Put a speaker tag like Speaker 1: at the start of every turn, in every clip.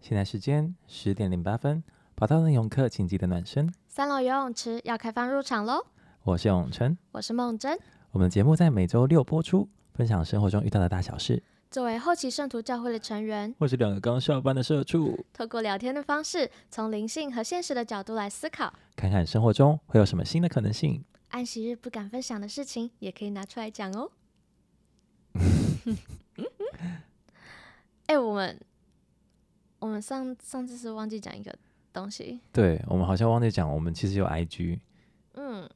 Speaker 1: 现在时间十点零八分，跑道的泳客请记得暖身。
Speaker 2: 三楼游泳池要开放入场喽！
Speaker 1: 我是永琛，
Speaker 2: 我是梦真。
Speaker 1: 我们的节目在每周六播出，分享生活中遇到的大小事。
Speaker 2: 作为后期圣徒教会的成员，
Speaker 1: 或是两个刚下班的社畜，
Speaker 2: 透过聊天的方式，从灵性和现实的角度来思考。
Speaker 1: 看看生活中会有什么新的可能性。
Speaker 2: 安息日不敢分享的事情，也可以拿出来讲哦。哎、我们我们上上次是忘记讲一个东西，
Speaker 1: 对我们好像忘记讲，我们其实有 IG，
Speaker 2: 嗯，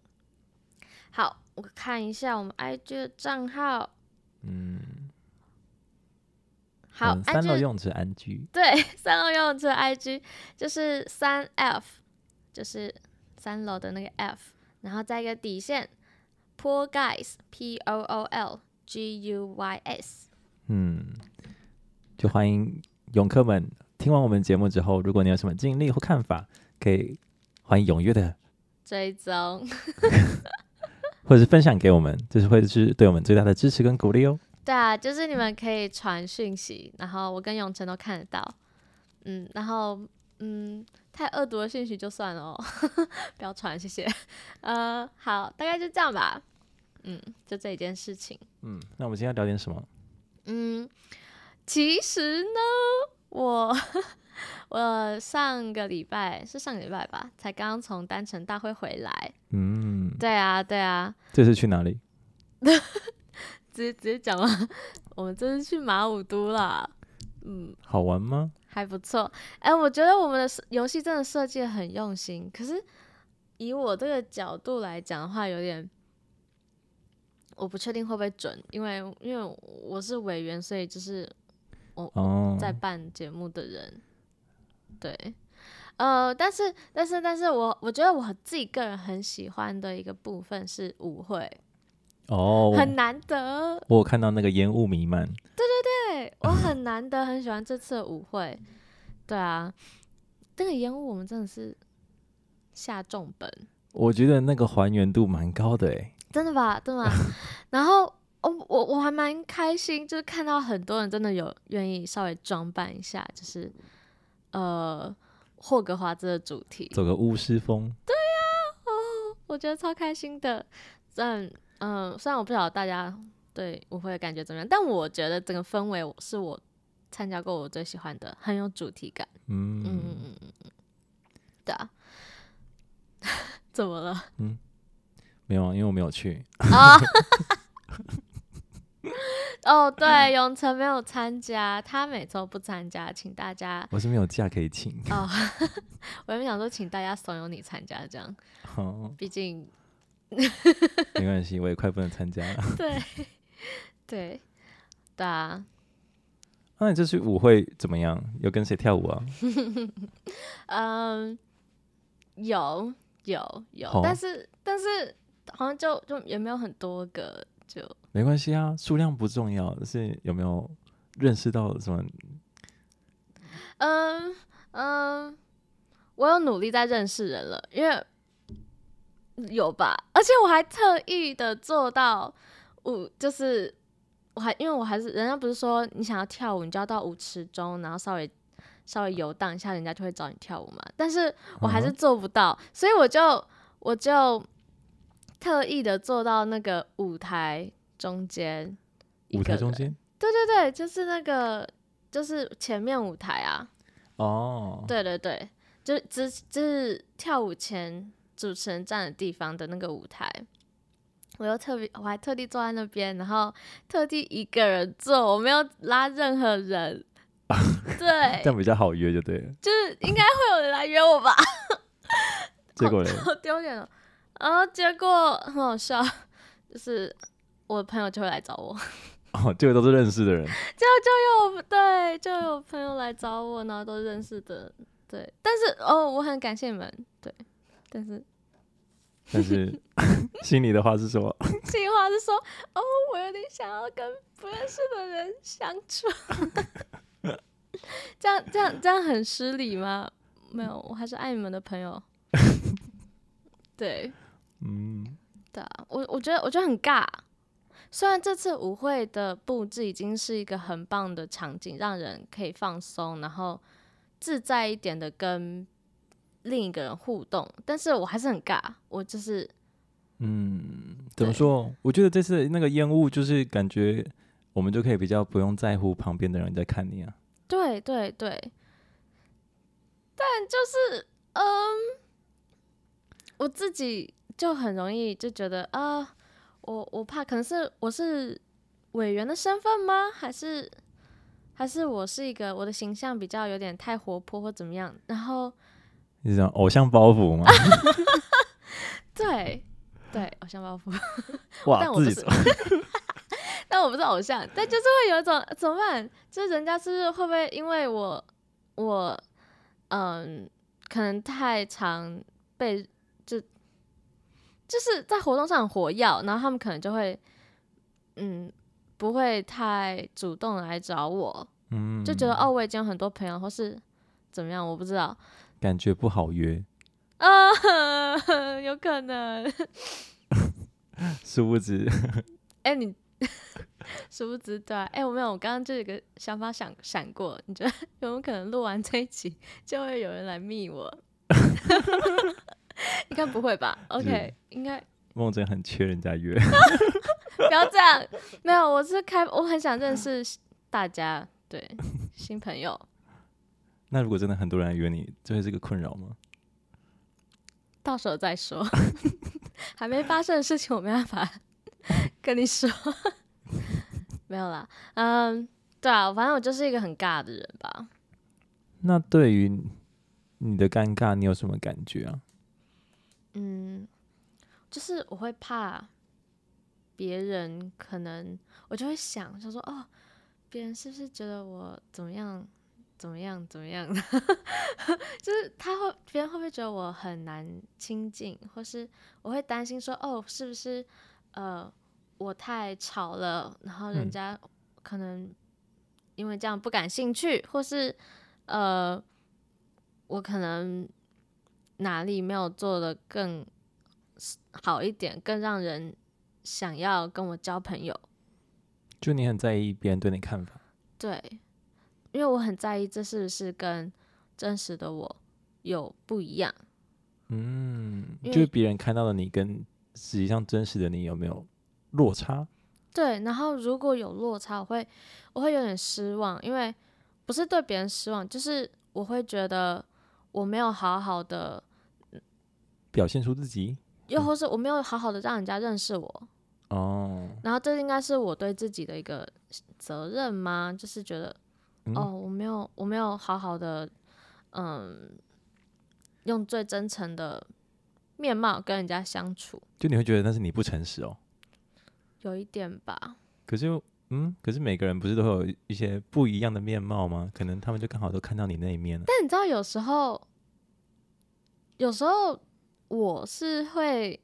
Speaker 2: 好，我看一下我们 IG 的账号，
Speaker 1: 嗯，
Speaker 2: 好
Speaker 1: 嗯三楼
Speaker 2: ，IG
Speaker 1: 用池 IG，
Speaker 2: 对三楼游泳池的 IG 就是三 F，就是三楼的那个 F，然后再一个底线，Pool Guys P O O L G U Y S。
Speaker 1: 嗯，就欢迎泳客们听完我们节目之后，如果你有什么经历或看法，可以欢迎踊跃的，
Speaker 2: 追踪，
Speaker 1: 或者是分享给我们，这是会是对我们最大的支持跟鼓励哦。
Speaker 2: 对啊，就是你们可以传讯息，然后我跟永成都看得到，嗯，然后嗯，太恶毒的讯息就算了、哦， 不要传，谢谢。呃，好，大概就这样吧，嗯，就这一件事情。
Speaker 1: 嗯，那我们今天要聊点什么？
Speaker 2: 嗯，其实呢，我我上个礼拜是上个礼拜吧，才刚刚从单程大会回来。
Speaker 1: 嗯，
Speaker 2: 对啊，对啊，
Speaker 1: 这是去哪里？
Speaker 2: 直接直接讲完， 我们这次去马武都啦，嗯，
Speaker 1: 好玩吗？
Speaker 2: 还不错。哎，我觉得我们的设游戏真的设计得很用心，可是以我这个角度来讲的话，有点。我不确定会不会准，因为因为我是委员，所以就是
Speaker 1: 哦，
Speaker 2: 在办节目的人，对，呃，但是但是但是我我觉得我自己个人很喜欢的一个部分是舞会，
Speaker 1: 哦，
Speaker 2: 很难得，
Speaker 1: 我有看到那个烟雾弥漫，
Speaker 2: 对我很难得很喜欢这次的舞会，对啊，这个烟雾我们真的是下重本，
Speaker 1: 我觉得那个还原度蛮高的欸诶。
Speaker 2: 真的吧，真的吧然后。哦，我我还蛮开心，就是看到很多人真的有愿意稍微装扮一下，就是呃霍格华兹的主题，
Speaker 1: 走个巫师风，
Speaker 2: 我觉得超开心的。虽然嗯，虽然我不晓得大家对舞会的感觉怎么样，但我觉得整个氛围是我参加过我最喜欢的，很有主题感。嗯嗯
Speaker 1: 嗯，
Speaker 2: 嗯嗯嗯，对啊。 怎么了？
Speaker 1: 没有，啊，因为我没有去，
Speaker 2: 啊、哦，对，永成没有参加，他每周不参加，请大家，
Speaker 1: 我是没有假可以请。
Speaker 2: 我原本想说请大家怂恿你参加，这样，
Speaker 1: 好，
Speaker 2: 毕竟
Speaker 1: 哦没关系，我也快不能参加 了。
Speaker 2: 对对对啊，
Speaker 1: 那你这次舞会怎么样？有跟谁跳舞啊？
Speaker 2: 嗯，有有有，
Speaker 1: 好
Speaker 2: 但是但是好像就就也没有很多个，就
Speaker 1: 没关系啊，数量不重要，是有没有认识到什么？
Speaker 2: 嗯嗯，我有努力在认识人了，因为有吧，而且我还特意的做到舞，就是我还因为我还是人家不是说你想要跳舞，你就要到舞池中，然后稍微。稍微游荡一下，人家就会找你跳舞嘛。但是我还是
Speaker 1: 嗯
Speaker 2: 做不到，所以我就我就特意的坐到那个舞台中间，一
Speaker 1: 舞
Speaker 2: 个
Speaker 1: 台中
Speaker 2: 人
Speaker 1: 间
Speaker 2: 对对对，就是那个就是前面舞台啊，
Speaker 1: 哦，
Speaker 2: 对对对，就只就是跳舞前主持人站的地方的那个舞台，我又特别我还特地坐在那边，然后特地一个人坐，我没有拉任 何人。对
Speaker 1: 这，样比较好约就对了。
Speaker 2: 就是应该会有人来约我吧，
Speaker 1: 结果嘞，
Speaker 2: 好丢脸哦。然后结果很好笑，就是我的朋友就会来找我，
Speaker 1: 哦，这个都是认识的人，
Speaker 2: 就就有对，就有朋友来找我，然后都认识的，对。但是哦，我很感谢你们，对。但是
Speaker 1: 但是 心里的话是什么？
Speaker 2: 计划是说，哦，我有点想要跟不认识的人相处， 这样这样这样很失礼吗？没有，我还是爱你们的朋友。 对
Speaker 1: 嗯，
Speaker 2: 对啊，我我觉得我觉得很尬。啊虽然这次舞会的布置已经是一个很棒的场景，让人可以放松，然后自在一点的跟另一个人互动，但是我还是很尬，啊我就是
Speaker 1: 嗯，怎么
Speaker 2: 对
Speaker 1: 说？我觉得这次那个烟雾就是感觉我们就可以比较不用在乎旁边的人在看你啊。
Speaker 2: 对对对，但就是嗯，我自己就很容易就觉得啊、我我怕可能是我是委员的身份吗？还是还是我是一个我的形象比较有点太活泼或怎么样？然后
Speaker 1: 你讲偶像包袱 吗？
Speaker 2: 对对，偶像包袱，但
Speaker 1: 哇，自
Speaker 2: 我
Speaker 1: 己
Speaker 2: 不是
Speaker 1: 走
Speaker 2: 但我不是偶像，但就是会有一种怎么办？就是人家是不是会不会因为我我嗯，可能太常被就就是在活动上很活跃，然后他们可能就会嗯不会太主动的来找我，
Speaker 1: 嗯，
Speaker 2: 就觉得、哦我已经有很多朋友或是怎么样，我不知道，
Speaker 1: 感觉不好约，
Speaker 2: 啊、嗯有可能，
Speaker 1: 殊不知
Speaker 2: 哎、你 殊不知对啊，哎、我没有，我刚刚就有个想法想闪过，你觉得 有没有可能录完这一集就会有人来密我？ 应该不会吧？OK，应该
Speaker 1: 梦真很缺人家约。
Speaker 2: 不要这样。没有，我是开，我很想认识大家，对，新朋友。
Speaker 1: 那如果真的很多人来约你，这会是个困扰吗？
Speaker 2: 到时候再说， 还没发生的事情我没办法跟你说， 没有啦，嗯，对啊，反正我就是一个很尬的人吧，
Speaker 1: 那对于你的尴尬，你有什么感觉啊？
Speaker 2: 嗯，就是我会怕别人可能，我就会想，就说哦，别人是不是觉得我怎么样，怎么样，怎么样？ 就是他会，别人会不会觉得我很难亲近，或是我会担心说，哦，是不是呃我太吵了，然后人
Speaker 1: 嗯
Speaker 2: 家可能因为这样不感兴趣，或是呃我可能哪里没有做的更好一点，更让人想要跟我交朋友。
Speaker 1: 就你很在意别人对你看法，
Speaker 2: 对，因为我很在意这是不是跟真实的我有不一样。
Speaker 1: 嗯，
Speaker 2: 因为
Speaker 1: 就是别人看到的你跟实际上真实的你有没有落差？
Speaker 2: 对，然后如果有落差，我会我会有点失望，因为不是对别人失望，就是我会觉得我没有好好的，
Speaker 1: 表现出自己
Speaker 2: 又或是我没有好好的让人家认识我。
Speaker 1: 哦，
Speaker 2: 然后这应该是我对自己的一个责任吗？就是觉得
Speaker 1: 嗯
Speaker 2: 哦，我没有，我没有好好的，嗯，用最真诚的面貌跟人家相处，
Speaker 1: 就你会觉得那是你不诚实哦。
Speaker 2: 有一点吧。
Speaker 1: 可是，嗯，可是每个人不是都会有一些不一样的面貌吗？可能他们就刚好都看到你那一面了。
Speaker 2: 但你知道，有时候，有时候我是会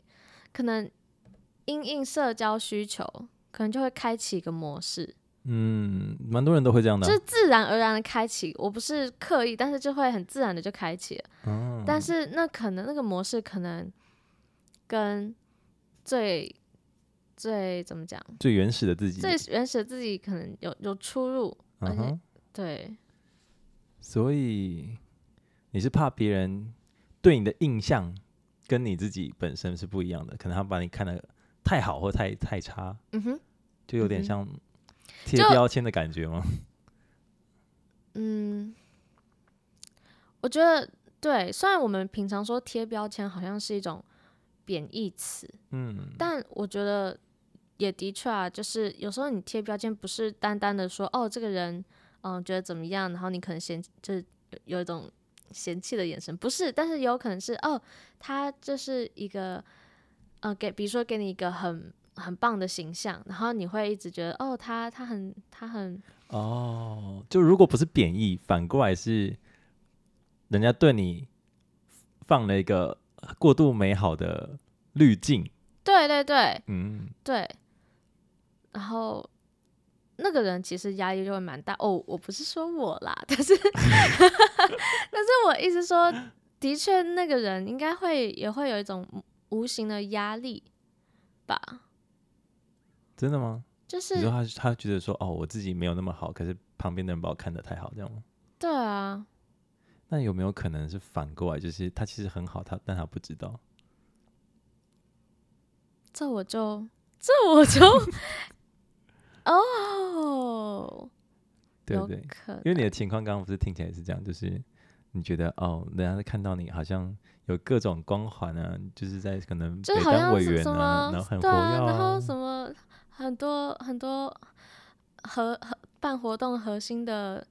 Speaker 2: 可能因应社交需求，可能就会开启一个模式，
Speaker 1: 嗯，蛮多人都会这样的
Speaker 2: 就是自然而然的开启。我不是刻意，但是就会很自然的就开启了。
Speaker 1: 啊。哦
Speaker 2: 但是那可能那个模式可能跟最最怎么讲，
Speaker 1: 最原始的自己，
Speaker 2: 最原始的自己可能有有出入，
Speaker 1: 嗯
Speaker 2: 而且
Speaker 1: 哼，
Speaker 2: 对
Speaker 1: 所以你是怕别人对你的印象跟你自己本身是不一样的，可能他把你看的太好或太太差，
Speaker 2: 嗯哼，
Speaker 1: 就有点
Speaker 2: 嗯哼
Speaker 1: 像贴
Speaker 2: 就
Speaker 1: 标签的感 觉吗？
Speaker 2: 嗯，我觉得对，虽然我们平常说贴标签好像是一种贬义词，
Speaker 1: 嗯，
Speaker 2: 但我觉得也的确啊，就是有时候你贴标签不是单单的说哦这个人嗯觉得怎么样，然后你可能嫌就是有有一种嫌弃的眼神，不是，但是也有可能是哦他就是一个呃给比如说给你一个很很棒的形象，然后你会一直觉得哦他他很他很
Speaker 1: 哦，就如果不是贬义，反过来是人家对你放了一个过度美好的滤镜，
Speaker 2: 对对对
Speaker 1: 嗯，
Speaker 2: 对，然后。那个人其实压力就会蛮大哦，我不是说我啦，但是 但是我意思说，的确，那个人应该会也会有一种无无形的压力吧，
Speaker 1: 真的吗？
Speaker 2: 就
Speaker 1: 你说
Speaker 2: 是
Speaker 1: 他他觉得说哦，我自己没有那么好，可是旁边的人把我看得太好，这样吗？
Speaker 2: 对啊，
Speaker 1: 那有没有可能是反过来，就是他其实很好，他但他不知道？
Speaker 2: 这我就这我就 哦，
Speaker 1: 对不
Speaker 2: 有
Speaker 1: 对？
Speaker 2: 可能
Speaker 1: 因为你的情况刚刚不是听起来是这样，就是你觉得哦，人家看到你好像有各种光环啊，就是在可能
Speaker 2: 就
Speaker 1: 北
Speaker 2: 是好
Speaker 1: 单
Speaker 2: 像
Speaker 1: 委
Speaker 2: 是
Speaker 1: 员
Speaker 2: 什
Speaker 1: 啊，
Speaker 2: 么
Speaker 1: 然后很活
Speaker 2: 对
Speaker 1: 跃
Speaker 2: 啊，然
Speaker 1: 啊
Speaker 2: 后，什么很多很多核核办活动核心的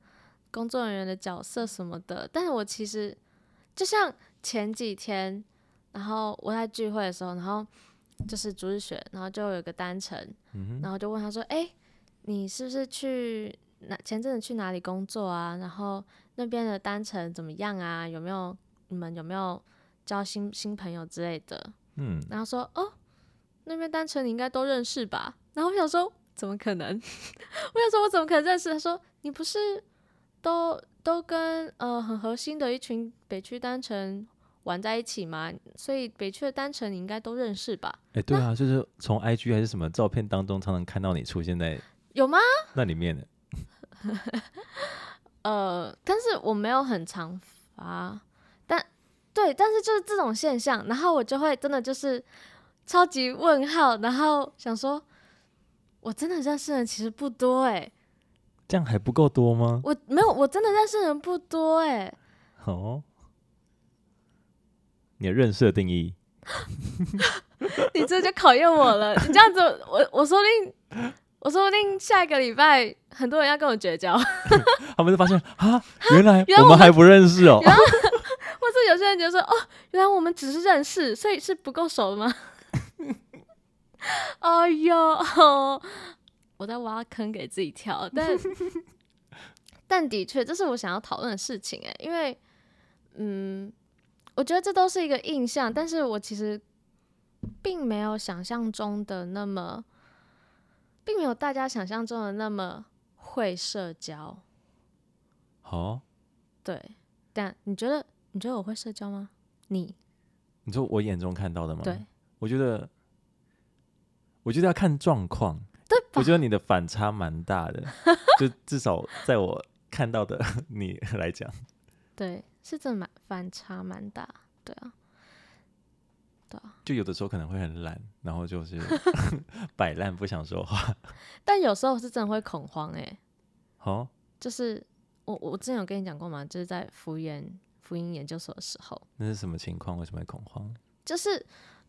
Speaker 2: 工作人员的角色什么的，但是我其实就像前几天，然后我在聚会的时候，然后就是主日学，然后就有一个单程，
Speaker 1: 嗯哼，
Speaker 2: 然后就问他说：“哎、你是不是去哪前阵子去哪里工作啊？然后那边的单程怎么样啊？有没有你们有没有交新新朋友之类的？”
Speaker 1: 嗯，
Speaker 2: 然后说：“哦，那边单纯你应该都认识吧？”然后我想说：“怎么可能？” 我想说：“我怎么可能认识？”他说：“你不是都都跟呃很核心的一群北区单纯玩在一起吗？所以北区的单纯你应该都认识吧？
Speaker 1: 哎、对啊，就是从 IG 还是什么照片当中，常常看到你出现在
Speaker 2: 有吗？
Speaker 1: 那里面的。
Speaker 2: 呃，但是我没有很常发，但对，但是就是这种现象，然后我就会真的就是超级问号，然后想说，我真的认识的人其实不多欸诶、
Speaker 1: 这样还不够多吗？
Speaker 2: 我没有，我真的认识人不多哎、
Speaker 1: 哦，你的认识的定义，
Speaker 2: 你这就考验我 了。你这样子，我我说不定，我说不定下一个礼拜很多人要跟我绝交，或
Speaker 1: 他们就发现啊，原来
Speaker 2: 原来
Speaker 1: 我
Speaker 2: 我
Speaker 1: 们还不认识哦。
Speaker 2: 是有些人就说哦，原来我们只是认识，所以是不够熟吗？ 哎呦，我在挖坑给自己跳，但但的确，这是我想要讨论的事情哎、因为嗯，我觉得这都是一个印象，但是我其实并没有想象中的那么，并没有大家想象中的那么会社交。
Speaker 1: 哦，
Speaker 2: 对，但你觉得你觉得我会社交吗？你
Speaker 1: 你说我眼中看到的吗？
Speaker 2: 对，
Speaker 1: 我觉得，我觉得要看状况。
Speaker 2: 对
Speaker 1: 我
Speaker 2: 吧？
Speaker 1: 觉得你的反差蛮大 的，就至少在我看到的 你来讲，
Speaker 2: 对，是真的蛮反差蛮大。对啊，
Speaker 1: 就有的时候可能会很懒，然后就是 摆烂不想说话。
Speaker 2: 但有时候我是真的会恐慌哎、
Speaker 1: 哦，
Speaker 2: 就是我我之前有跟你讲过嘛，就是在福研福音研究所的时候，
Speaker 1: 那是什么情况？为什么会恐慌？
Speaker 2: 就是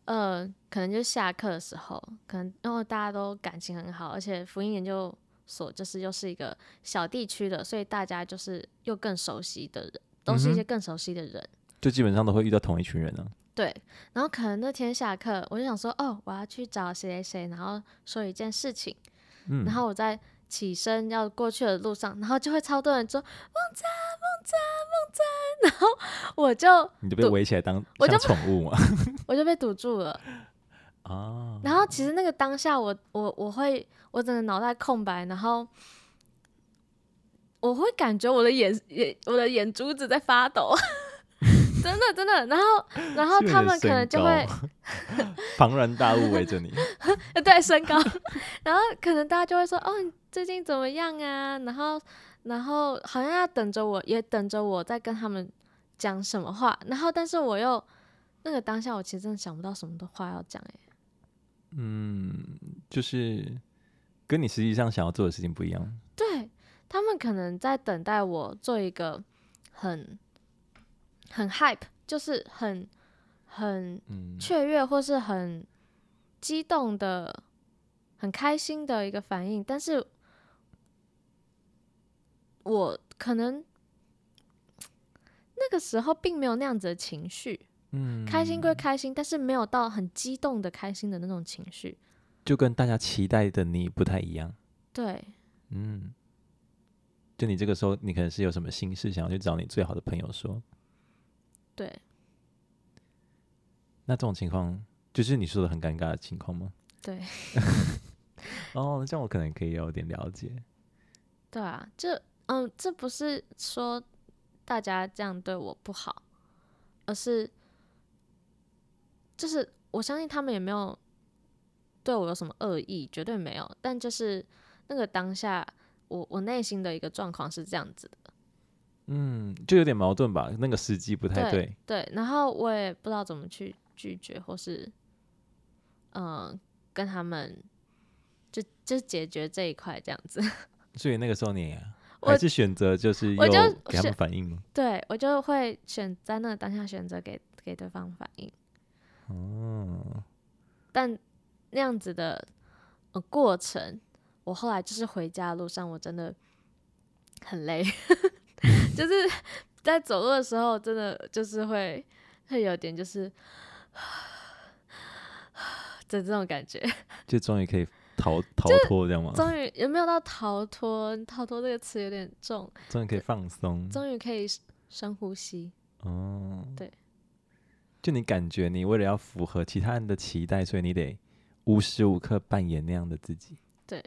Speaker 2: 呃，可能就是下课的时候，可能因为大家都感情很好，而且福音研究所就是又是一个小地区的，所以大家就是又更熟悉的人，都是一
Speaker 1: 嗯哼
Speaker 2: 些更熟悉的人。
Speaker 1: 就基本上都会遇到同一群人啊。
Speaker 2: 对，然后可能那天下课，我就想说，哦，我要去找谁谁谁，然后说一件事情，
Speaker 1: 嗯，
Speaker 2: 然后我在起身要过去的路上，然后就会超多人说梦真梦真梦真， 然后我就
Speaker 1: 你就被
Speaker 2: 对
Speaker 1: 围起来当
Speaker 2: 我
Speaker 1: 像
Speaker 2: 就
Speaker 1: 宠物 嘛？
Speaker 2: 我就被堵住了。
Speaker 1: 啊，
Speaker 2: 然后其实那个当下我，我我会我整个脑袋空白，然后我会感觉我的眼眼我的眼珠子在发抖， 真的真的。然后然后
Speaker 1: 是因为
Speaker 2: 他
Speaker 1: 你的
Speaker 2: 们可能
Speaker 1: 身
Speaker 2: 就
Speaker 1: 高
Speaker 2: 会
Speaker 1: 庞然大物围着你。
Speaker 2: 呃对身高， 然后可能大家就会说哦你最近怎么样啊？然后然后好像要等着我，也等着我在跟他们讲什么话。然后但是我又那个当下我其实真的想不到什么的话要讲哎、
Speaker 1: 嗯，就是跟你实际上想要做的事情不一样。
Speaker 2: 对他们可能在等待我做一个很很 hype，就是很很
Speaker 1: 嗯，
Speaker 2: 雀跃或是很激动的、很开心的一个反应，但是我可能那个时候并没有那样子的情绪，
Speaker 1: 嗯
Speaker 2: 开心归开心，但是没有到很激动的开心的那种情绪。
Speaker 1: 就跟大家期待的你不太一样。
Speaker 2: 对，
Speaker 1: 嗯，就你这个时候，你可能是有什么心事想要去找你最好的朋友说。
Speaker 2: 对，
Speaker 1: 那这种情况，就是你说的很尴尬的情况吗？
Speaker 2: 对。
Speaker 1: 哦，那这样我可能可以有点了解。
Speaker 2: 对啊，这嗯，这不是说大家这样对我不好，而是就是我相信他们也没有对我有什么恶意，绝对没有。但就是那个当下，我我内心的一个状况是这样子的，
Speaker 1: 嗯，就有点矛盾吧，那个时机不太
Speaker 2: 对
Speaker 1: 对
Speaker 2: 对，然后我也不知道怎么去拒绝，或是嗯、呃跟他们就就解决这一块这样子。
Speaker 1: 所以那个时候你
Speaker 2: 我
Speaker 1: 还是选择就是又
Speaker 2: 我就
Speaker 1: 给他们
Speaker 2: 选
Speaker 1: 反应吗？
Speaker 2: 对我就会选在那个当下选择给给对方反应，
Speaker 1: 嗯，
Speaker 2: 但那样子的呃过程，我后来就是回家的路上我真的很累， 就是在走路的时候真的就是会会有点就是的这种感觉。
Speaker 1: 就终于可以逃逃脱这样吗？
Speaker 2: 终于有没有到逃脱？逃脱这个词有点重，
Speaker 1: 终于可以放松。
Speaker 2: 终于可以深呼吸。
Speaker 1: 哦，
Speaker 2: 对，
Speaker 1: 就你感觉你为了要符合其他人的期待，所以你得无时无刻扮演那样的自己。
Speaker 2: 对，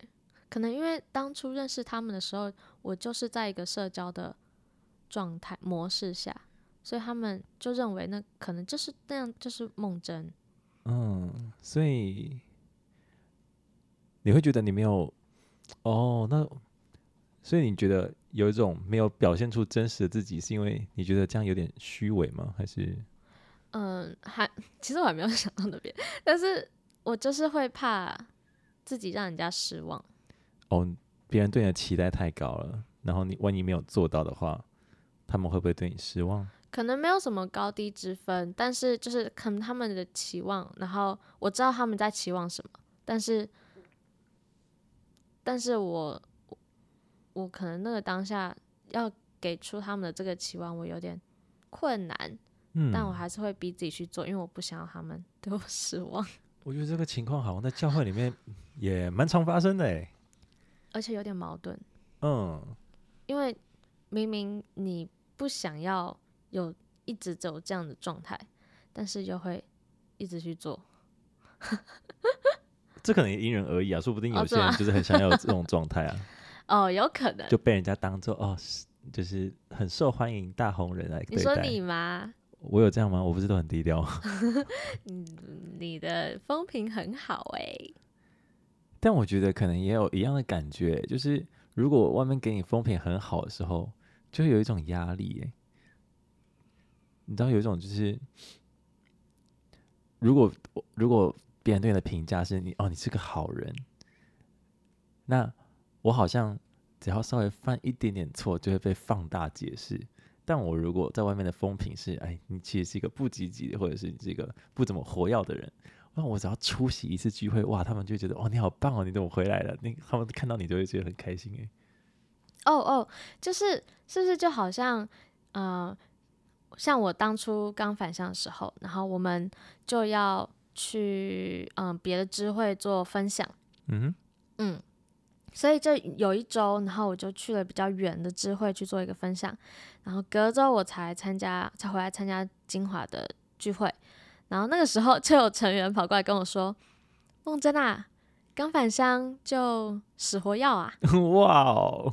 Speaker 2: 可能因为当初认识他们的时候，我就是在一个社交的状态模式下，所以他们就认为那可能就是那样，就是梦真。
Speaker 1: 嗯，所以你会觉得你没有哦，那所以你觉得有一种没有表现出真实的自己，是因为你觉得这样有点虚伪吗？还是
Speaker 2: 嗯，还 其实我还没有想到那边，但是我就是会怕自己让人家失望。
Speaker 1: 哦，别人对你的期待太高了，然后你万一没有做到的话，他们会不会对你失望？
Speaker 2: 可能没有什么高低之分，但是就是可能他们的期望，然后我知道他们在期望什么，但是，但是我我可能那个当下要给出他们的这个期望，我有点困难，
Speaker 1: 嗯，
Speaker 2: 但我还是会逼自己去做，因为我不想要他们对我 失望，
Speaker 1: 我觉得这个情况好像在教会里面也蛮常发生的诶。
Speaker 2: 而且有点矛盾，
Speaker 1: 嗯，
Speaker 2: 因为明明你不想要有一直走这样的状态，但是又会一直去做。
Speaker 1: 这可能也因人而异啊，说不定有
Speaker 2: 哦
Speaker 1: 些
Speaker 2: 是吗
Speaker 1: 人就是很想要有这种状态啊，
Speaker 2: 哦，有可能
Speaker 1: 就被人家当做哦，是就是很受欢迎大红人来
Speaker 2: 你
Speaker 1: 对
Speaker 2: 说
Speaker 1: 待。
Speaker 2: 你吗？
Speaker 1: 我有这样吗？我不是都很低调，
Speaker 2: 嗯，你的风评很好哎、
Speaker 1: 但我觉得可能也有一样的感觉，就是如果外面给你风评很好的时候，就会有一种压力诶。你知道有一种就是，如果如果别人对你的评价是你哦，你是个好人，那我好像只要稍微犯一点点错，就会被放大解释。但我如果在外面的风评是，哎，你其实是一个不积极的，或者是你是一个不怎么活跃的人，那我只要出席一次聚会，哇，他们就会觉得，哦，你好棒哦，你怎么回来了？那他们看到你就会觉得很开心哎。
Speaker 2: 哦哦，就是是不是就好像呃，像我当初刚返乡的时候，然后我们就要去嗯、呃别的支会做分享，
Speaker 1: 嗯
Speaker 2: 嗯，所以这有一周，然后我就去了比较远的智慧去做一个分享，然后隔周我才参加，才回来参加金华的聚会，然后那个时候就有成员跑过来跟我说：“梦真啊，刚返乡就死活要啊
Speaker 1: 哼， 哇哦，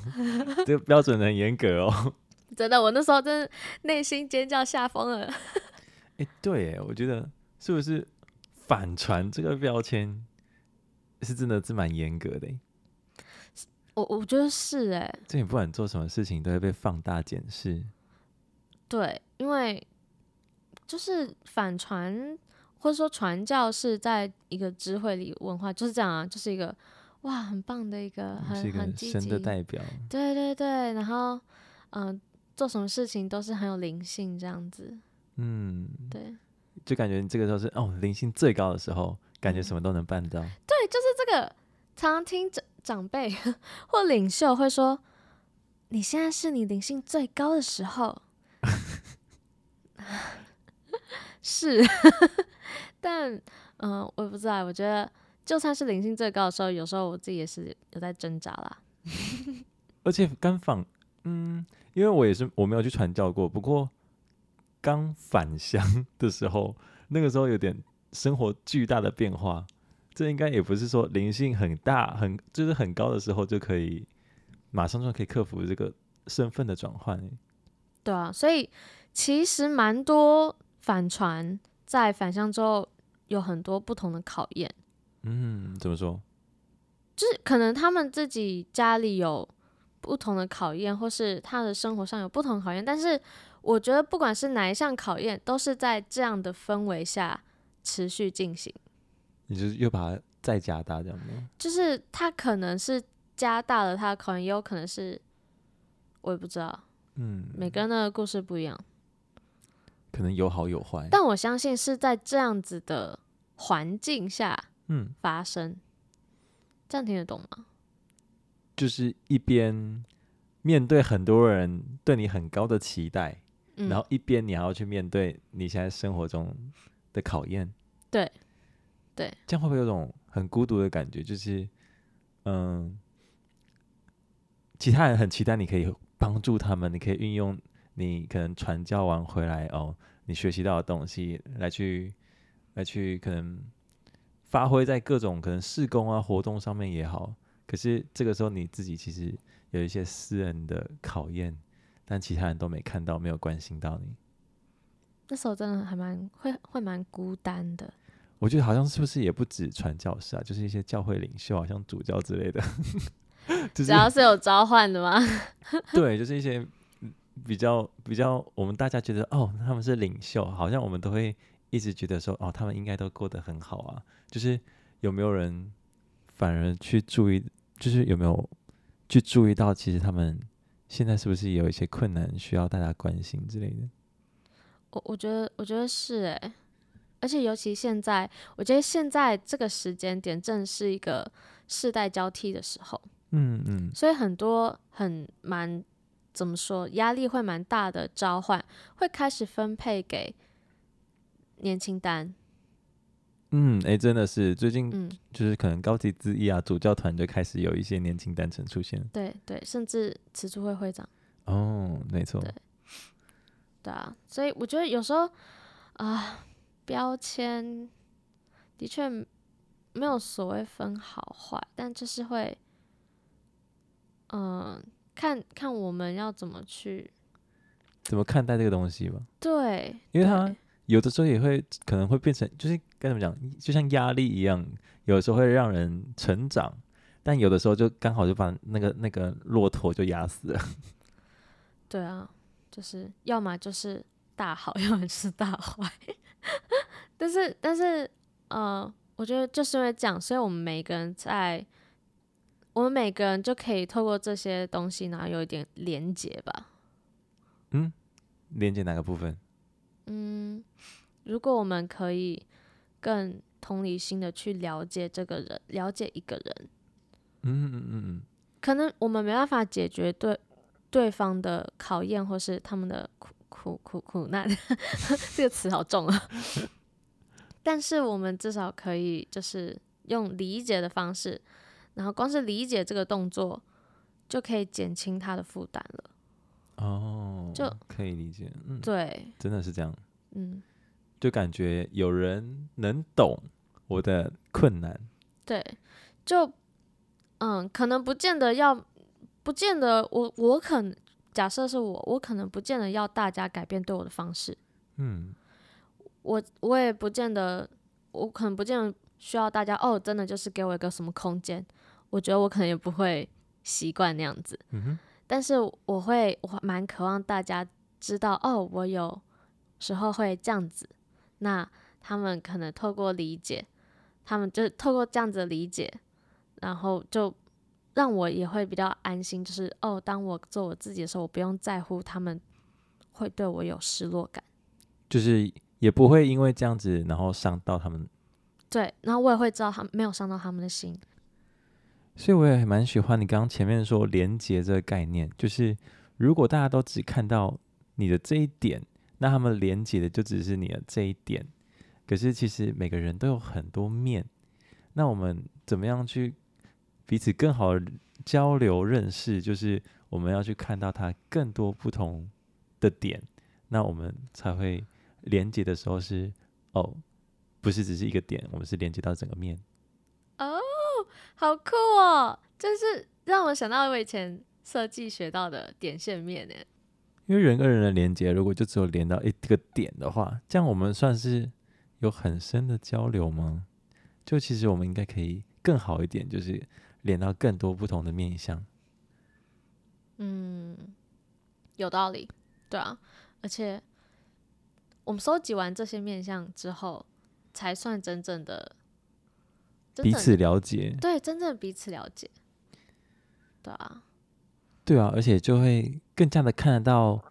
Speaker 1: 这个标准很严格哦。！”
Speaker 2: 真的，我那时候真的内心尖叫吓疯了。
Speaker 1: 哎，对耶，我觉得是不是反传这个标签是真的是蛮严格的耶？欸
Speaker 2: 我我觉得是欸诶、
Speaker 1: 就你不管做什么事情都会被放大检视。
Speaker 2: 对，因为就是反传或者说传教是在一个智慧里文化就是这样啊，就是一个哇很棒的一个
Speaker 1: 你是一
Speaker 2: 很
Speaker 1: 个
Speaker 2: 很积
Speaker 1: 神
Speaker 2: 极
Speaker 1: 的，代表，
Speaker 2: 对对对，然后嗯、呃做什么事情都是很有灵性这样子，
Speaker 1: 嗯，
Speaker 2: 对
Speaker 1: 就感觉你这个时候是哦灵性最高的时候，感觉
Speaker 2: 嗯
Speaker 1: 什么都能办到。
Speaker 2: 对，就是这个常常听长长辈 或领袖会说，你现在是你灵性最高的时候， 是，但嗯、呃我也不知道，我觉得就算是灵性最高的时候，有时候我自己也是有在挣扎啦。
Speaker 1: 而且刚返，嗯，因为我也是我没有去传教过，不过刚返乡的时候，那个时候有点生活巨大的变化，这应该也不是说灵性很大很就是很高的时候就可以马上就可以克服这个身份的转换欸。
Speaker 2: 对啊，所以其实蛮多反传在返乡之后有很多不同的考验。
Speaker 1: 嗯，怎么说？
Speaker 2: 就是可能他们自己家里有不不同的考验，或是他的生活上有不同的考验，但是我觉得不管是哪一项考验，都是在这样的氛围下持续进行。
Speaker 1: 你就是又把它再加大这样吗？
Speaker 2: 就是他可能是加大了他的考验，也有可能是我也不知道，
Speaker 1: 嗯，
Speaker 2: 每个人的故事不一样。
Speaker 1: 可能有好有坏，
Speaker 2: 但我相信是在这样子的环境下
Speaker 1: 嗯，
Speaker 2: 发生，这样听得懂吗？
Speaker 1: 就是一边面对很多人对你很高的期待，
Speaker 2: 嗯，
Speaker 1: 然后一边你还要去面对你现在生活中的考验。
Speaker 2: 对，对，
Speaker 1: 这样会不会有种很孤独的感觉？就是，嗯，其他人很期待你可以帮助他们，你可以运用你可能传教完回来哦，你学习到的东西来去来去可能发挥在各种可能事工啊活动上面也好。可是这个时候你自己其实有一些私人的考验，但其他人都没看到，没有关心到你。
Speaker 2: 那时候真的还蛮会会蛮孤单的。
Speaker 1: 我觉得好像是不是也不止传教士啊，就是一些教会领袖啊，像主教之类的， 就是
Speaker 2: 只要是有召唤的吗？
Speaker 1: 对，就是一些嗯比较比较，我们大家觉得哦，他们是领袖，好像我们都会一直觉得说哦，他们应该都过得很好啊。就是有没有人反而去注意，就是有没有去注意到，其实他们现在是不是也有一些困难需要大家关心之类的？
Speaker 2: 我我觉得我觉得是诶、而且尤其现在，我觉得现在这个时间点正是一个世代交替的时候，
Speaker 1: 嗯嗯，
Speaker 2: 所以很多很蛮怎么说，压力会蛮大的召唤会开始分配给年轻单，
Speaker 1: 嗯，哎、真的是最近
Speaker 2: 嗯，
Speaker 1: 就是可能高级之一啊，主教团就开始有一些年轻单程出现。
Speaker 2: 对对，甚至慈助会会长。
Speaker 1: 哦，没错，
Speaker 2: 对对啊，所以我觉得有时候啊、标签的确没有所谓分好坏，但就是会，嗯、看看我们要怎么去
Speaker 1: 怎么看待这个东西吧？
Speaker 2: 对，
Speaker 1: 因为
Speaker 2: 对
Speaker 1: 它有的时候也会可能会变成，就是跟你们讲，就像压力一样，有的时候会让人成长，但有的时候就刚好就把那个那个骆驼就压死了。
Speaker 2: 对啊，就是要么就是大好， 要么就是大坏。 但是，但是，呃，我觉得就是因为这样，所以我们每个人在，我们每个人就可以透过这些东西，然后有一点连结吧。
Speaker 1: 连接哪个部分？
Speaker 2: 嗯，如果我们可以更同理心的去了解这个人，了解一个人，
Speaker 1: 嗯嗯嗯嗯，
Speaker 2: 可能我们没办法解决对对方的考验或是他们的苦苦苦苦难， 这个词好重啊。 但是我们至少可以就是用理解的方式，然后光是理解这个动作就可以减轻他的负担了。
Speaker 1: 哦，
Speaker 2: 就
Speaker 1: 可以理解，嗯，
Speaker 2: 对，
Speaker 1: 真的是这样，
Speaker 2: 嗯，
Speaker 1: 就感觉有人能懂我的困难。
Speaker 2: 对，就嗯，可能不见得要，不见得我我可能假设是我，我可能不见得要大家改变对我的方式，
Speaker 1: 嗯，
Speaker 2: 我我也不见得，我可能不见得需要大家哦，真的就是给我一个什么空间，我觉得我可能也不会习惯那样子，
Speaker 1: 嗯哼，
Speaker 2: 但是我会我蛮渴望大家知道哦，我有时候会这样子，那他们可能透过理解，他们就是透过这样子的理解，然后就让我也会比较安心，就是哦，当我做我自己的时候，我不用在乎他们会对我有失落感。
Speaker 1: 就是也不会因为这样子，然后伤到他们。
Speaker 2: 对，然后我也会知道他们没有伤到他们的心。
Speaker 1: 所以我也蛮喜欢你刚刚前面说连接这个概念，就是如果大家都只看到你的这一点，那他们连接的就只是你的这一点。可是其实每个人都有很多面，那我们怎么样去彼此更好的交流认识？就是我们要去看到他更多不同的点，那我们才会连接的时候是哦，不是只是一个点，我们是连接到整个面。
Speaker 2: 哦，好酷哦！就是让我想到我以前设计学到的点线面呢。
Speaker 1: 因为人跟人的连接，如果就只有连到一个点的话，这样我们算是有很深的交流吗？就其实我们应该可以更好一点，就是连到更多不同的面向。
Speaker 2: 嗯，有道理，对啊，而且我们收集完这些面相之后，才算真正的真
Speaker 1: 彼
Speaker 2: 正
Speaker 1: 此了解，
Speaker 2: 对真正彼此了解，对啊，
Speaker 1: 对啊，而且就会更加的看得到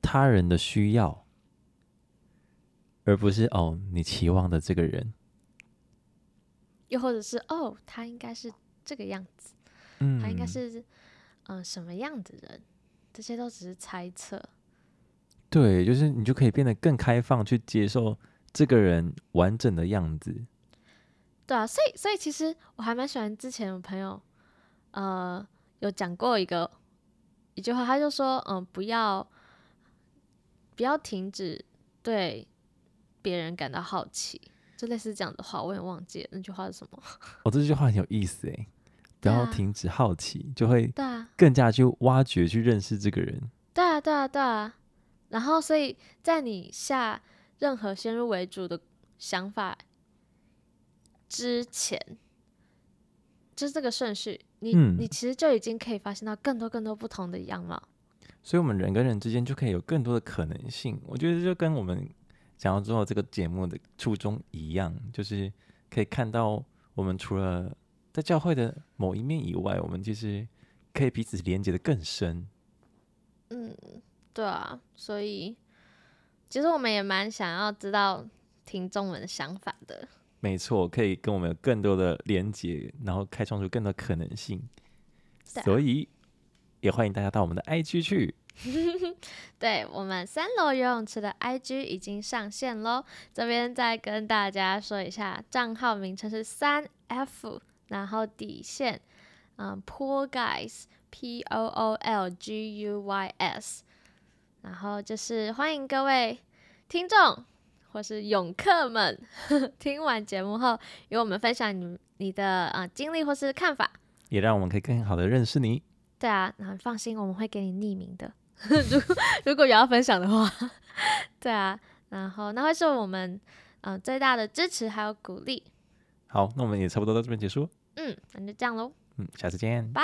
Speaker 1: 他人的需要，而不是哦你期望的这个人。
Speaker 2: 又或者是哦，他应该是这个样子，
Speaker 1: 嗯，
Speaker 2: 他应该是嗯、呃什么样的人，这些都只是猜测，
Speaker 1: 对，就是你就可以变得更开放，去接受这个人完整的样子。
Speaker 2: 对啊，所以所以其实我还蛮喜欢之前我朋友，呃，有讲过一个一句话，他就说，嗯，不要不要停止对别人感到好奇，就类似这样的话，我也忘记了那句话是什么。
Speaker 1: 哦，这句话很有意思诶，不
Speaker 2: 对
Speaker 1: 要
Speaker 2: 啊
Speaker 1: 停止好奇，就会
Speaker 2: 对啊，
Speaker 1: 更加去挖掘、去认识这个人。
Speaker 2: 对啊，对啊，对啊。然后，所以在你下任何先入为主的想法之前，就是这个顺序，你、
Speaker 1: 嗯
Speaker 2: 你其实就已经可以发现到更多更多不同的样貌。
Speaker 1: 所以，我们人跟人之间就可以有更多的可能性。我觉得就跟我们想要做这个节目的初衷一样，就是可以看到我们除了在教会的某一面以外，我们其实可以彼此连接的更深。
Speaker 2: 嗯，对啊，所以其实我们也蛮想要知道听众们的想法的。
Speaker 1: 没错，可以跟我们有更多的连接，然后开创出更多可能性。
Speaker 2: 对啊
Speaker 1: 所以也欢迎大家到我们的 IG 去。
Speaker 2: 对我们三楼游泳池的 IG 已经上线喽，这边再跟大家说一下，账号名称是三 F，然后底线，嗯，Pool Guys P O O L G U Y S，然后就是欢迎各位听众或是泳客们 听完节目后，与我们分享你你的呃经历或是看法。
Speaker 1: 也让我们可以更好的认识你。
Speaker 2: 对啊，然后你放心，我们会给你匿名的。 如果如果有要分享的话， 对啊，然后那会是我们嗯、呃最大的支持还有鼓励。
Speaker 1: 好，那我们也差不多到这边结束，
Speaker 2: 嗯，那就这样喽，
Speaker 1: 嗯，下次见，
Speaker 2: 拜。